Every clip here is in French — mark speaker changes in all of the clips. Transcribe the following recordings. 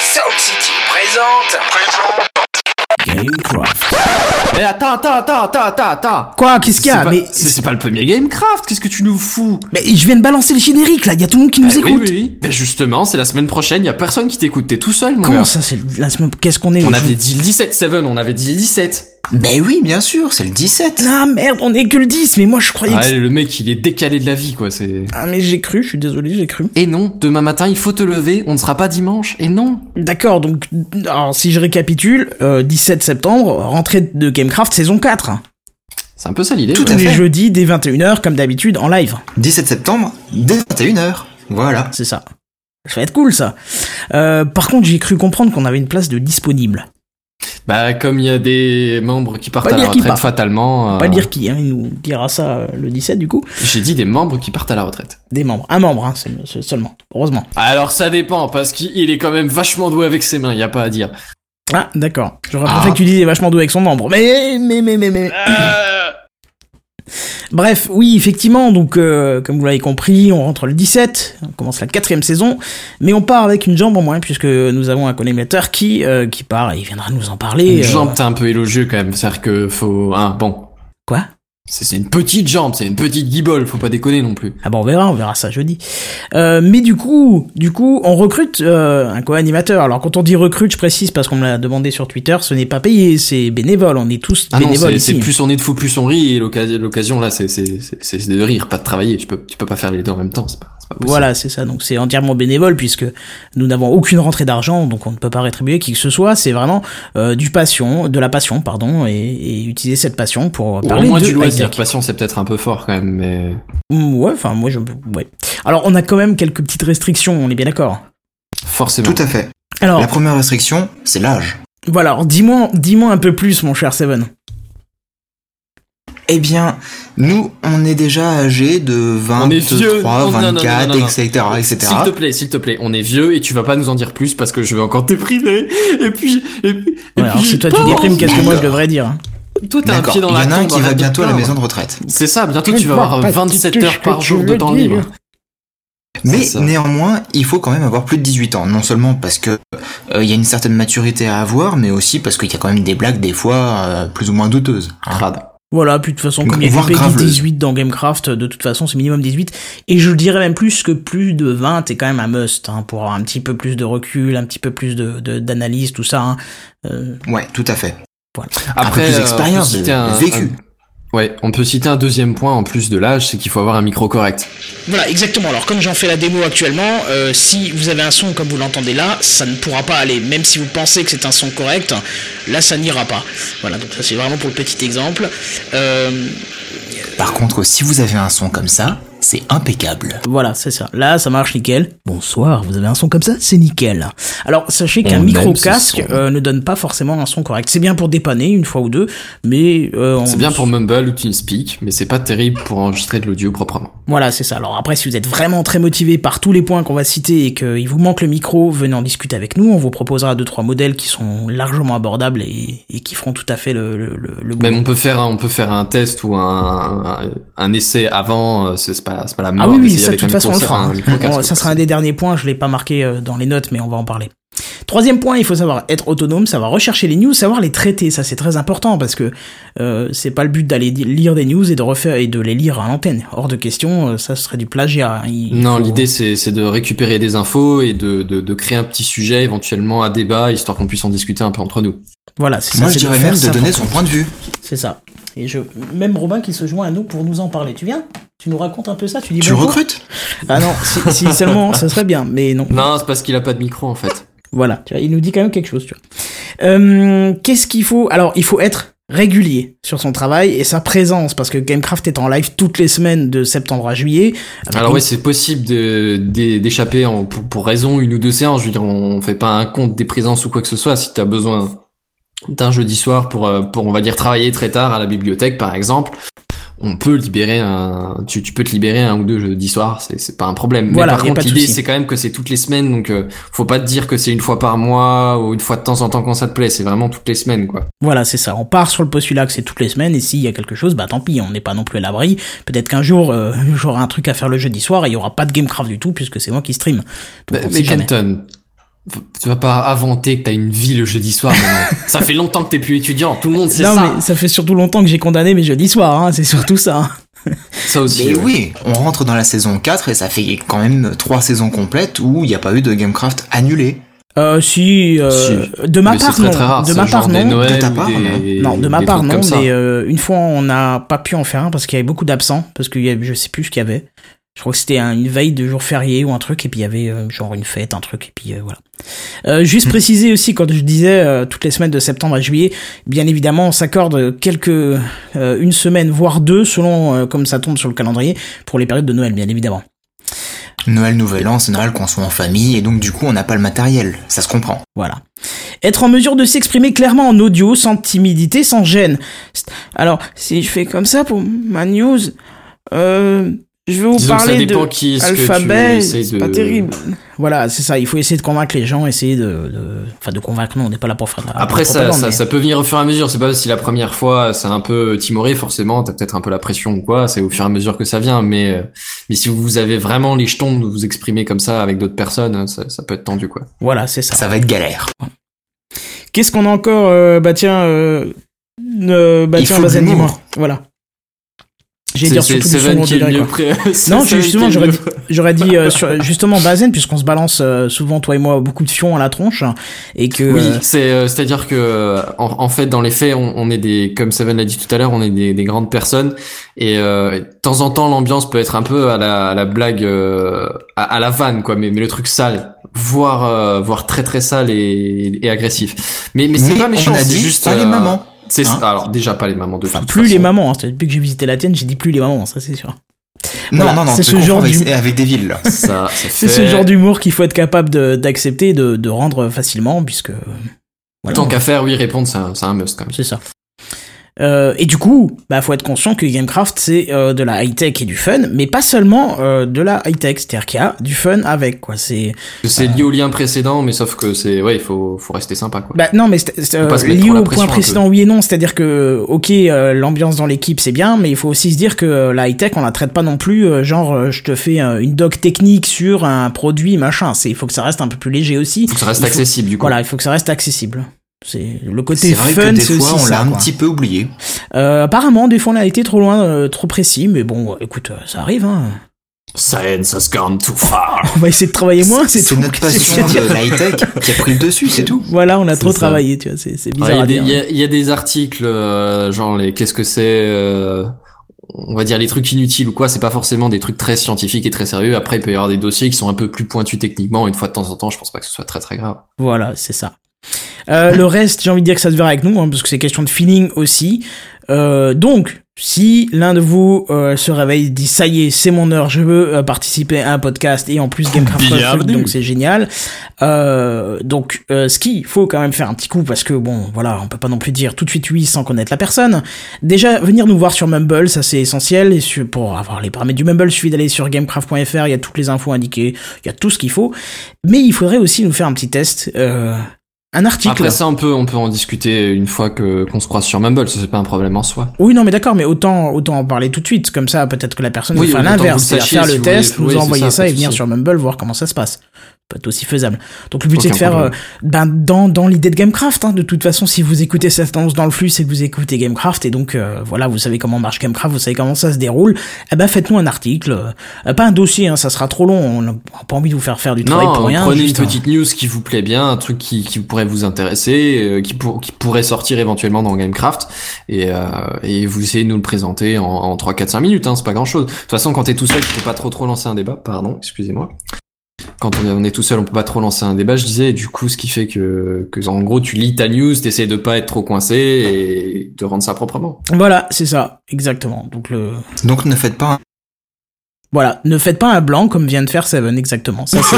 Speaker 1: South City présente. Présente.
Speaker 2: Gamecraft.
Speaker 3: Eh, attends, attends, attends, attends, attends, attends.
Speaker 2: Quoi, qu'est-ce qu'il y
Speaker 3: C'est
Speaker 2: a
Speaker 3: pas-
Speaker 2: mais,
Speaker 3: c'est c'est pas le premier Gamecraft, qu'est-ce que tu nous fous
Speaker 2: mais je viens de balancer le générique là, il y a tout le monde qui nous
Speaker 3: Eh
Speaker 2: écoute.
Speaker 3: Oui, oui, oui. Ben justement, c'est la semaine prochaine, y a personne qui t'écoute, t'es tout seul, mon
Speaker 2: Comment
Speaker 3: gars.
Speaker 2: ça, c'est la semaine Qu'est-ce qu'on est
Speaker 3: On
Speaker 2: le
Speaker 3: avait
Speaker 2: jour-
Speaker 3: dit le 17, Seven, on avait dit le 17.
Speaker 4: Mais Ben oui, bien sûr, c'est le 17.
Speaker 2: Ah merde, on est que le 10, mais moi je croyais que.
Speaker 3: Ouais, le mec, il est décalé de la vie, quoi, c'est...
Speaker 2: Ah mais j'ai cru, je suis désolé, j'ai cru.
Speaker 3: Et non, demain matin, il faut te lever, on ne sera pas dimanche, et non.
Speaker 2: D'accord, donc alors si je récapitule, euh, 17 septembre, rentrée de Gamecraft saison 4.
Speaker 3: C'est un peu ça l'idée.
Speaker 4: Tout
Speaker 3: ouais.
Speaker 4: à
Speaker 2: Tous les
Speaker 4: fait.
Speaker 2: jeudis dès 21h comme d'habitude en live.
Speaker 4: 17 septembre, dès 21h. Voilà.
Speaker 2: C'est ça. Ça va être cool ça. Euh, par contre, j'ai cru comprendre qu'on avait une place de disponible.
Speaker 3: Bah, comme il y a des membres qui partent
Speaker 2: Pas
Speaker 3: à la
Speaker 2: dire qui
Speaker 3: retraite
Speaker 2: part.
Speaker 3: fatalement... euh,
Speaker 2: Pas dire qui, hein, il nous dira ça euh, le 17 du coup.
Speaker 3: J'ai dit des membres qui partent à la retraite.
Speaker 2: Des membres, un membre, hein, c'est- c'est seulement. Heureusement.
Speaker 3: Alors ça dépend, parce qu'il est quand même vachement doué avec ses mains, y a pas à dire.
Speaker 2: Ah, d'accord. J'aurais
Speaker 3: Ah.
Speaker 2: préféré que tu dises vachement doux avec son membre. Mais, mais, mais, mais, mais.
Speaker 3: Euh.
Speaker 2: Bref, oui, effectivement, donc, euh, comme vous l'avez compris, on rentre le 17, on commence la quatrième saison, mais on part avec une jambe en moins, puisque nous avons un collimateur qui, euh, qui part, et il viendra nous en parler.
Speaker 3: Une
Speaker 2: euh,
Speaker 3: jambe, t'es un peu élogieux quand même, c'est-à-dire que faut... Hein, bon,
Speaker 2: Quoi
Speaker 3: C'est c'est une petite jambe, c'est une petite guibole, faut pas déconner non plus.
Speaker 2: Ah bon, on verra, on verra ça jeudi. Euh, mais du coup, du coup, on recrute euh, un co-animateur. Alors quand on dit recrute, je précise parce qu'on me l'a demandé sur Twitter, ce n'est pas payé, c'est bénévole. On est tous
Speaker 3: Ah non,
Speaker 2: bénévoles
Speaker 3: c'est
Speaker 2: ici.
Speaker 3: c'est plus on est de fou, plus on rit, et l'occasion l'occasion, là, c'est c'est- c'est- c'est de rire, pas de travailler. Tu peux, tu peux pas faire les deux en même temps, c'est pas, c'est pas possible.
Speaker 2: Voilà, c'est ça. Donc c'est entièrement bénévole puisque nous n'avons aucune rentrée d'argent, donc on ne peut pas rétribuer qui que ce soit. C'est vraiment euh, du passion, de la passion, pardon, et, et utiliser cette passion pour
Speaker 3: Ou
Speaker 2: parler
Speaker 3: au moins
Speaker 2: de
Speaker 3: du loisir.
Speaker 2: high-tech.
Speaker 3: Passion, c'est peut-être un peu fort quand même, mais.
Speaker 2: Mm, Ouais, enfin moi je, ouais. Alors on a quand même quelques petites restrictions, on est bien d'accord.
Speaker 3: Forcément.
Speaker 4: Tout à fait.
Speaker 2: Alors
Speaker 4: La première restriction, c'est l'âge.
Speaker 2: voilà, alors, dis-moi, dis-moi un peu plus, mon cher Seven.
Speaker 4: Eh bien, nous, on est déjà âgés de 23,
Speaker 3: On est vieux. Non, non, non,
Speaker 4: 24,
Speaker 3: non, non, non.
Speaker 4: etc., etc.
Speaker 3: S'il te plaît, s'il te plaît, on est vieux et tu vas pas nous en dire plus parce que je vais encore te priver. Et puis, et puis, et
Speaker 2: Ouais, alors
Speaker 3: puis
Speaker 2: c'est
Speaker 3: j'y
Speaker 2: toi tu
Speaker 3: pense.
Speaker 2: déprimes, qu'est-ce que moi je
Speaker 4: D'accord.
Speaker 2: devrais dire hein
Speaker 3: Toi, t'as un
Speaker 4: D'accord.
Speaker 3: pied
Speaker 4: Il y
Speaker 3: dans
Speaker 4: en
Speaker 3: la
Speaker 4: a un
Speaker 3: tombe,
Speaker 4: qui va
Speaker 3: arrête de
Speaker 4: bientôt à la
Speaker 3: plaindre.
Speaker 4: maison de retraite.
Speaker 3: C'est ça, bientôt tu vas avoir 27 heures par jour de temps libre.
Speaker 4: Mais
Speaker 3: ça.
Speaker 4: néanmoins, il faut quand même avoir plus de 18 ans. Non seulement parce que euh, il y a une certaine maturité à avoir, mais aussi parce qu'il y a quand même des blagues des fois euh, plus ou moins douteuses. hein.
Speaker 3: Crade.
Speaker 2: Voilà, puis de toute façon, comme il y a
Speaker 4: Voire
Speaker 2: du PEGI
Speaker 4: graveleuse.
Speaker 2: 18 dans Gamecraft, de toute façon, c'est minimum 18. Et je dirais même plus que plus de 20 est quand même un must, hein, pour avoir un petit peu plus de recul, un petit peu plus de, de- d'analyse, tout ça. hein. Euh,
Speaker 4: Ouais, tout à fait.
Speaker 2: voilà.
Speaker 4: peu plus
Speaker 3: euh, on peut
Speaker 4: d'expérience,
Speaker 3: citer
Speaker 4: de-
Speaker 3: un-
Speaker 4: vécu.
Speaker 3: un- Ouais, on peut citer un deuxième point en plus de l'âge, c'est qu'il faut avoir un micro correct.
Speaker 2: Voilà, exactement. Alors, comme j'en fais la démo actuellement, euh, si vous avez un son comme vous l'entendez là, ça ne pourra pas aller. Même si vous pensez que c'est un son correct, là, ça n'ira pas. Voilà, donc ça, c'est vraiment pour le petit exemple. Euh,
Speaker 4: Par contre, si vous avez un son comme ça, c'est impeccable.
Speaker 2: Voilà, c'est ça. Là, ça marche nickel. Bonsoir, vous avez un son comme ça C'est nickel. Alors, sachez qu'un
Speaker 3: On aime
Speaker 2: micro-casque
Speaker 3: ce son.
Speaker 2: euh, ne donne pas forcément un son correct. C'est bien pour dépanner une fois ou deux, mais... euh, on-
Speaker 3: C'est bien pour Mumble ou TeamSpeak, mais c'est pas terrible pour enregistrer de l'audio proprement.
Speaker 2: Voilà, c'est ça. Alors après, si vous êtes vraiment très motivé par tous les points qu'on va citer et qu'il vous manque le micro, venez en discuter avec nous. On vous proposera deux trois modèles qui sont largement abordables et, et qui feront tout à fait le, le, le, le
Speaker 3: Même
Speaker 2: boulot.
Speaker 3: on peut faire, un- on peut faire un test ou un, un, un essai avant, euh, c'est c'est pas, c'est pas la mort.
Speaker 2: Ah oui, oui,
Speaker 3: d'essayer
Speaker 2: ça de
Speaker 3: avec
Speaker 2: toute
Speaker 3: un
Speaker 2: façon on le
Speaker 3: micro-
Speaker 2: fera.
Speaker 3: un
Speaker 2: hein.
Speaker 3: micro-casque.
Speaker 2: On- ça sera un des derniers points, je l'ai pas marqué euh, dans les notes, mais on va en parler. Troisième point, il faut savoir être autonome, savoir rechercher les news, savoir les traiter. Ça c'est très important parce que euh, c'est pas le but d'aller di- lire des news et de refaire et de les lire à l'antenne. Hors de question, euh, ça serait du plagiat. hein. Il
Speaker 3: Non,
Speaker 2: faut-
Speaker 3: l'idée c'est c'est de récupérer des infos et de, de, de créer un petit sujet, éventuellement un débat, histoire qu'on puisse en discuter un peu entre nous.
Speaker 2: Voilà, c'est ça.
Speaker 4: Moi,
Speaker 2: c'est
Speaker 4: je dirais même
Speaker 2: faire
Speaker 4: de
Speaker 2: ça
Speaker 4: donner
Speaker 2: pour-
Speaker 4: son point de vue.
Speaker 2: C'est ça. Et je même Robin qui se joint à nous pour nous en parler. Tu viens Tu nous racontes un peu ça Tu dis
Speaker 4: Tu
Speaker 2: bonjour
Speaker 4: recrutes
Speaker 2: Ah non, si, si seulement, ça serait bien, mais non.
Speaker 3: Non, c'est parce qu'il a pas de micro en fait.
Speaker 2: Voilà, tu vois, il nous dit quand même quelque chose, tu vois. Euh, Qu'est-ce qu'il faut Alors, il faut être régulier sur son travail et sa présence, parce que Gamecraft est en live toutes les semaines de septembre à juillet. Avec
Speaker 3: Alors
Speaker 2: une-
Speaker 3: ouais, c'est possible de- d'é- d'échapper en- pour, pour raison une ou deux séances. Je veux dire, on fait pas un compte des présences ou quoi que ce soit. Si t'as besoin d'un jeudi soir pour euh, pour on va dire travailler très tard à la bibliothèque par exemple, on peut libérer un. Tu, tu peux te libérer un ou deux jeudi soir. C'est c'est pas un problème. Mais
Speaker 2: Voilà,
Speaker 3: par
Speaker 2: y a
Speaker 3: contre,
Speaker 2: pas de
Speaker 3: l'idée
Speaker 2: souci.
Speaker 3: c'est quand même que c'est toutes les semaines. Donc euh, faut pas te dire que c'est une fois par mois ou une fois de temps en temps quand ça te plaît. C'est vraiment toutes les semaines quoi.
Speaker 2: Voilà, c'est ça. On part sur le postulat que c'est toutes les semaines, et s'il y a quelque chose, bah tant pis, on n'est pas non plus à l'abri. Peut-être qu'un jour, euh, j'aurai un truc à faire le jeudi soir et il y aura pas de Gamecraft du tout, puisque c'est moi qui stream. Donc,
Speaker 3: Bah, Mais,
Speaker 2: on
Speaker 3: mais
Speaker 2: sait jamais.
Speaker 3: Kenton, tu vas pas inventer que t'as une vie le jeudi soir. maintenant. ça fait longtemps que t'es plus étudiant. Tout le monde sait
Speaker 2: non,
Speaker 3: ça.
Speaker 2: mais ça fait surtout longtemps que j'ai condamné mes jeudis soirs, hein, c'est surtout ça. hein.
Speaker 3: Ça aussi.
Speaker 4: Mais
Speaker 3: ouais.
Speaker 4: oui, on rentre dans la saison 4 et ça fait quand même 3 saisons complètes où il n'y a pas eu de Gamecraft annulé.
Speaker 2: Euh, si, euh,
Speaker 3: Si.
Speaker 2: de ma
Speaker 3: Mais c'est
Speaker 2: part,
Speaker 3: très,
Speaker 2: non.
Speaker 3: très rare,
Speaker 2: de
Speaker 3: ça,
Speaker 2: ma
Speaker 3: genre
Speaker 2: part,
Speaker 3: des
Speaker 2: non.
Speaker 3: Noël
Speaker 4: De ta
Speaker 3: ou
Speaker 4: part,
Speaker 3: des-
Speaker 2: Non, de ma
Speaker 3: des
Speaker 2: part,
Speaker 3: trucs
Speaker 2: non,
Speaker 3: comme ça.
Speaker 2: mais euh, une fois, on n'a pas pu en faire un parce qu'il y avait beaucoup d'absents, parce que je sais plus ce qu'il y avait. Je crois que c'était un- une veille de jour férié ou un truc, et puis il y avait euh, genre une fête, un truc, et puis euh, voilà. Euh, juste préciser aussi, quand je disais euh, toutes les semaines de septembre à juillet, bien évidemment, on s'accorde quelques... euh, une semaine, voire deux, selon euh, comme ça tombe sur le calendrier, pour les périodes de Noël, bien évidemment.
Speaker 4: Noël, Nouvel An, c'est normal qu'on soit en famille et donc du coup on n'a pas le matériel, ça se comprend.
Speaker 2: Voilà. Être en mesure de s'exprimer clairement en audio, sans timidité, sans gêne. C'est- Alors, si je fais comme ça pour ma news, euh, je vais vous
Speaker 3: Disons que ça
Speaker 2: parler de
Speaker 3: dépend qui ce que tu
Speaker 2: alphabet,
Speaker 3: essayes
Speaker 2: c'est
Speaker 3: de-
Speaker 2: pas terrible. Voilà, c'est ça, il faut essayer de convaincre les gens, essayer de... de- Enfin, de, convaincre, non, on n'est pas là pour faire... la- la
Speaker 3: Après, ça,
Speaker 2: propagande,
Speaker 3: ça,
Speaker 2: mais-
Speaker 3: ça peut venir au fur et à mesure. C'est pas si la première fois, c'est un peu timoré, forcément, t'as peut-être un peu la pression ou quoi. C'est au fur et à mesure que ça vient. Mais, euh, mais si vous avez vraiment les jetons de vous exprimer comme ça avec d'autres personnes, hein, ça, ça peut être tendu, quoi.
Speaker 2: Voilà, c'est ça.
Speaker 4: Ça va être galère.
Speaker 2: Qu'est-ce qu'on a encore euh, Bah tiens, euh, euh, bah
Speaker 4: Il
Speaker 2: tiens,
Speaker 4: faut de
Speaker 2: Bazen,
Speaker 4: l'humour.
Speaker 2: dis-moi. Voilà. J'ai dire
Speaker 3: C'est-
Speaker 2: surtout
Speaker 3: c'est
Speaker 2: du
Speaker 3: Seven
Speaker 2: second
Speaker 3: qui est le
Speaker 2: degré,
Speaker 3: mieux
Speaker 2: quoi.
Speaker 3: pré- c'est
Speaker 2: Non,
Speaker 3: Seven
Speaker 2: justement,
Speaker 3: qui est le
Speaker 2: j'aurais
Speaker 3: mieux
Speaker 2: dit, j'aurais dit euh, sur- justement Bazen, puisqu'on se balance euh, souvent toi et moi beaucoup de fions à la tronche et que
Speaker 3: Oui,
Speaker 2: euh,
Speaker 3: c'est euh, c'est-à-dire que euh, en, en fait dans les faits on, on est des comme Seven l'a dit tout à l'heure on est des, des grandes personnes et euh, de temps en temps l'ambiance peut être un peu à la, à la blague euh, à, à la vanne quoi mais, mais le truc sale voire euh, voire très très sale et, et agressif mais mais c'est
Speaker 4: Mais
Speaker 3: pas méchant
Speaker 4: on a
Speaker 3: c'est
Speaker 4: dit
Speaker 3: juste
Speaker 4: pas les
Speaker 3: euh,
Speaker 4: mamans.
Speaker 3: c'est
Speaker 4: hein.
Speaker 3: alors déjà pas les mamans de
Speaker 2: enfin,
Speaker 3: toute
Speaker 2: plus les
Speaker 3: façon.
Speaker 2: mamans. hein. C'est- Depuis que j'ai visité la tienne, j'ai dit plus les mamans, hein, ça c'est sûr. Voilà,
Speaker 4: non, non, non,
Speaker 2: c'est
Speaker 4: tu
Speaker 2: ce
Speaker 4: comprends
Speaker 2: genre
Speaker 4: avec,
Speaker 2: d'humour.
Speaker 4: avec des villes. là.
Speaker 3: ça, ça
Speaker 2: C'est ce
Speaker 3: fait-
Speaker 2: genre d'humour qu'il faut être capable de- d'accepter, et de, de rendre facilement, puisque euh, voilà.
Speaker 3: tant qu'à faire oui répondre c'est un, c'est un must quand même
Speaker 2: C'est ça. Euh, et du coup, bah faut être conscient que Gamecraft c'est euh, de la high tech et du fun, mais pas seulement euh, de la high tech, c'est-à-dire qu'il y a du fun avec quoi. C'est
Speaker 3: c'est lié au lien précédent mais sauf que c'est ouais il faut faut rester sympa quoi
Speaker 2: bah non mais c'est- c'est,
Speaker 3: Faut pas
Speaker 2: euh,
Speaker 3: se mettre
Speaker 2: lié
Speaker 3: trop la
Speaker 2: au
Speaker 3: pression
Speaker 2: point
Speaker 3: un peu.
Speaker 2: précédent oui et non, c'est-à-dire que ok euh, l'ambiance dans l'équipe c'est bien, mais il faut aussi se dire que euh, la high tech on la traite pas non plus euh, genre euh, je te fais euh, une doc technique sur un produit machin, c'est il faut que ça reste un peu plus léger aussi.
Speaker 3: faut que ça reste
Speaker 2: Il faut-
Speaker 3: accessible du coup
Speaker 2: Voilà, il faut que ça reste accessible. C'est le côté
Speaker 4: C'est vrai
Speaker 2: fun,
Speaker 4: que des
Speaker 2: c'est
Speaker 4: fois
Speaker 2: aussi
Speaker 4: on
Speaker 2: ça,
Speaker 4: l'a un
Speaker 2: quoi.
Speaker 4: petit peu oublié.
Speaker 2: Euh, apparemment, des fois, on a été trop loin, euh, trop précis, mais bon, euh, écoute, euh, ça arrive. Hein.
Speaker 3: Science has gone too far.
Speaker 2: On va essayer de travailler moins, c'est
Speaker 4: C'est
Speaker 2: tout.
Speaker 4: notre
Speaker 2: Qu'est-ce que je
Speaker 4: passion
Speaker 2: veux dire
Speaker 4: de l'high-tech qui a pris le dessus, c'est tout.
Speaker 2: Voilà, on a
Speaker 3: C'est
Speaker 2: trop
Speaker 3: ça.
Speaker 2: travaillé, tu vois, c'est c'est
Speaker 3: Il y,
Speaker 2: bizarre
Speaker 3: a
Speaker 2: à
Speaker 3: des-
Speaker 2: dire.
Speaker 3: il y a- il y a des articles, euh, genre les qu'est-ce que c'est, euh, on va dire les trucs inutiles ou quoi. C'est pas forcément des trucs très scientifiques et très sérieux. Après, il peut y avoir des dossiers qui sont un peu plus pointus techniquement. Une fois de temps en temps, je pense pas que ce soit très très grave.
Speaker 2: Voilà, c'est ça. Euh, le reste, j'ai envie de dire que ça se verra avec nous, hein, parce que c'est question de feeling aussi. Euh, donc, si l'un de vous euh, se réveille et dit ça y est, c'est mon heure, je veux euh, participer à un podcast et en plus Gamecraft, Club,
Speaker 3: Bienvenue.
Speaker 2: donc c'est génial. Euh, donc, euh, ce qu'il faut quand même faire un petit coup, parce que bon, voilà, on peut pas non plus dire tout de suite oui sans connaître la personne. Déjà, venir nous voir sur Mumble, ça c'est essentiel. Et sur- pour avoir les paramètres du Mumble, il suffit d'aller sur gamecraft.fr, il y a toutes les infos indiquées, il y a tout ce qu'il faut. Mais il faudrait aussi nous faire un petit test, euh, un article.
Speaker 3: Après ça, on peut on peut en discuter une fois que qu'on se croise sur Mumble. Ça c'est pas un problème en soi.
Speaker 2: Oui, non, mais d'accord, mais autant, autant en parler tout de suite. Comme ça, peut-être que la personne va
Speaker 3: Oui,
Speaker 2: faire
Speaker 3: autant que vous le
Speaker 2: l'inverse. C'est-à-dire
Speaker 3: sachiez,
Speaker 2: faire
Speaker 3: si
Speaker 2: le
Speaker 3: vous
Speaker 2: test,
Speaker 3: voulez-
Speaker 2: nous
Speaker 3: oui, c'est
Speaker 2: envoyer
Speaker 3: ça,
Speaker 2: ça,
Speaker 3: pas
Speaker 2: et
Speaker 3: de
Speaker 2: venir
Speaker 3: souci.
Speaker 2: sur Mumble, voir comment ça se passe. Peut être aussi faisable. Donc le but c'est de
Speaker 3: Aucun
Speaker 2: faire euh, ben,
Speaker 3: problème.
Speaker 2: dans, dans l'idée de Gamecraft. hein. De toute façon, si vous écoutez cette annonce dans le flux, c'est que vous écoutez Gamecraft. Et donc euh, voilà, vous savez comment marche Gamecraft, vous savez comment ça se déroule. Eh ben faites-nous un article. Euh, pas un dossier, hein, ça sera trop long. On n'a pas envie de vous faire faire du travail
Speaker 3: Non,
Speaker 2: pour rien.
Speaker 3: prenez une
Speaker 2: juste hein. un-
Speaker 3: petite news qui vous plaît bien, un truc qui, qui pourrait vous intéresser, euh, qui, pour- qui pourrait sortir éventuellement dans Gamecraft, et, euh, et vous essayez de nous le présenter en, en 3, 4, 5 minutes, hein, c'est pas grand-chose. De toute façon, quand t'es tout seul, tu peux pas trop trop lancer un débat, pardon, excusez-moi. Quand on est, on est tout seul, on peut pas trop lancer un débat, je disais, et du coup, ce qui fait que, que en gros, tu lis ta news, t'essayes de pas être trop coincé et de rendre ça proprement.
Speaker 2: Voilà, c'est ça, exactement. Donc le
Speaker 4: Donc ne faites pas
Speaker 2: voilà, ne faites pas un blanc comme vient de faire Seven, exactement. Ça c'est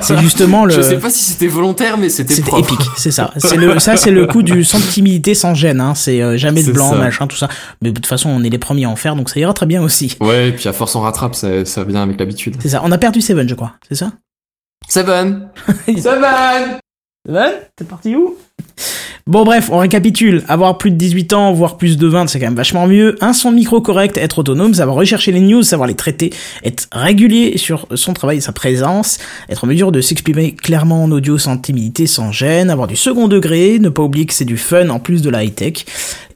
Speaker 2: c'est justement le.
Speaker 3: Je sais pas si c'était volontaire, mais c'était
Speaker 2: C'était
Speaker 3: propre.
Speaker 2: épique, c'est ça. C'est le, ça c'est le coup du sans timidité, sans gêne. Hein. C'est euh, jamais de
Speaker 3: C'est
Speaker 2: blanc,
Speaker 3: ça.
Speaker 2: machin, tout ça. Mais de toute façon, on est les premiers à en faire, donc ça ira très bien aussi.
Speaker 3: Ouais, et puis à force on rattrape, ça, ça vient avec l'habitude.
Speaker 2: C'est ça. On a perdu Seven, je crois. C'est ça.
Speaker 3: Seven Seven
Speaker 2: Seven, t'es parti où Bon bref, on récapitule. Avoir plus de 18 ans, voire plus de 20, c'est quand même vachement mieux. Un son de micro correct, être autonome, savoir rechercher les news, savoir les traiter, être régulier sur son travail et sa présence, être en mesure de s'exprimer clairement en audio sans timidité, sans gêne, avoir du second degré, ne pas oublier que c'est du fun en plus de la high-tech.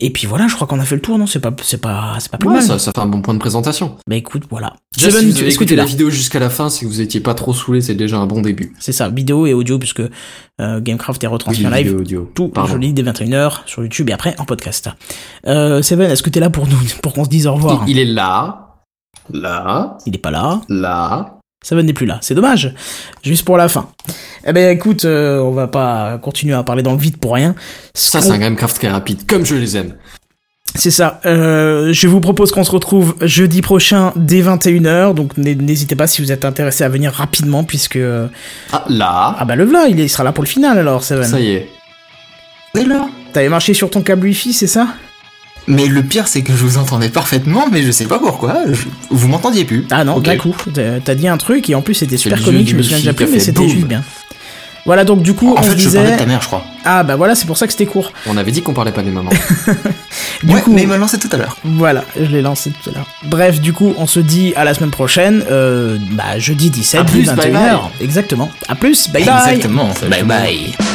Speaker 2: Et puis voilà, je crois qu'on a fait le tour, non C'est pas, c'est pas, c'est pas plus
Speaker 3: Ouais,
Speaker 2: mal.
Speaker 3: ça, ça fait un bon point de présentation.
Speaker 2: Bah écoute, voilà.
Speaker 3: Déjà,
Speaker 2: Seven,
Speaker 3: si vous
Speaker 2: tu-
Speaker 3: avez
Speaker 2: est-ce que
Speaker 3: écouté
Speaker 2: tu
Speaker 3: la
Speaker 2: l'as
Speaker 3: vidéo jusqu'à la fin, si vous étiez pas trop saoulé, c'est déjà un bon début.
Speaker 2: C'est ça, vidéo et audio, puisque euh, Gamecraft est retransmis en
Speaker 3: vidéo,
Speaker 2: live.
Speaker 3: audio.
Speaker 2: Tout
Speaker 3: Pardon.
Speaker 2: jeudi dès 21h sur YouTube et après en podcast. Euh, Seven, est-ce que t'es là pour nous, pour qu'on se dise au revoir
Speaker 3: Il, il est là, là,
Speaker 2: Il est pas là.
Speaker 3: là.
Speaker 2: Seven n'est plus là. C'est dommage. Juste pour la fin. Eh ben écoute, euh, on va pas continuer à parler dans le vide pour rien.
Speaker 3: Ça, c'est un Gamecraft qui est rapide, comme je les aime.
Speaker 2: C'est ça. Euh, je vous propose qu'on se retrouve jeudi prochain dès 21h. Donc n'hé- n'hésitez pas si vous êtes intéressé à venir rapidement puisque euh,
Speaker 3: Ah, là,
Speaker 2: ah bah le v'là, il est- il sera là pour le final alors
Speaker 3: ça
Speaker 2: Seven.
Speaker 3: y est.
Speaker 4: C'est là.
Speaker 2: T'avais marché sur ton câble Wi-Fi, c'est ça
Speaker 4: Mais le pire, c'est que je vous entendais parfaitement, mais je sais pas pourquoi. je- Vous m'entendiez plus.
Speaker 2: Ah non,
Speaker 4: Ok.
Speaker 2: d'un coup, t'as t'as dit un truc et en plus c'était super
Speaker 3: le
Speaker 2: comique,
Speaker 3: jeu
Speaker 2: je me
Speaker 3: du
Speaker 2: souviens
Speaker 3: flic
Speaker 2: déjà plus,
Speaker 3: qui a
Speaker 2: mais
Speaker 3: fait
Speaker 2: c'était
Speaker 3: boum.
Speaker 2: juste bien. Voilà, donc du coup,
Speaker 4: En
Speaker 2: on se
Speaker 4: fait, je parlais
Speaker 2: disait.
Speaker 4: de ta mère, je crois.
Speaker 2: Ah bah voilà, c'est pour ça que c'était court.
Speaker 3: On avait dit qu'on parlait pas des mamans.
Speaker 2: Du
Speaker 4: ouais,
Speaker 2: coup,
Speaker 4: mais il m'a lancé tout à l'heure.
Speaker 2: voilà, je l'ai lancé tout à l'heure. Bref, du coup, on se dit à la semaine prochaine, euh, bah jeudi 17,
Speaker 3: À plus,
Speaker 2: 21h.
Speaker 3: bye bye.
Speaker 2: Exactement. À plus, bye bye.
Speaker 4: Exactement. Bye bye.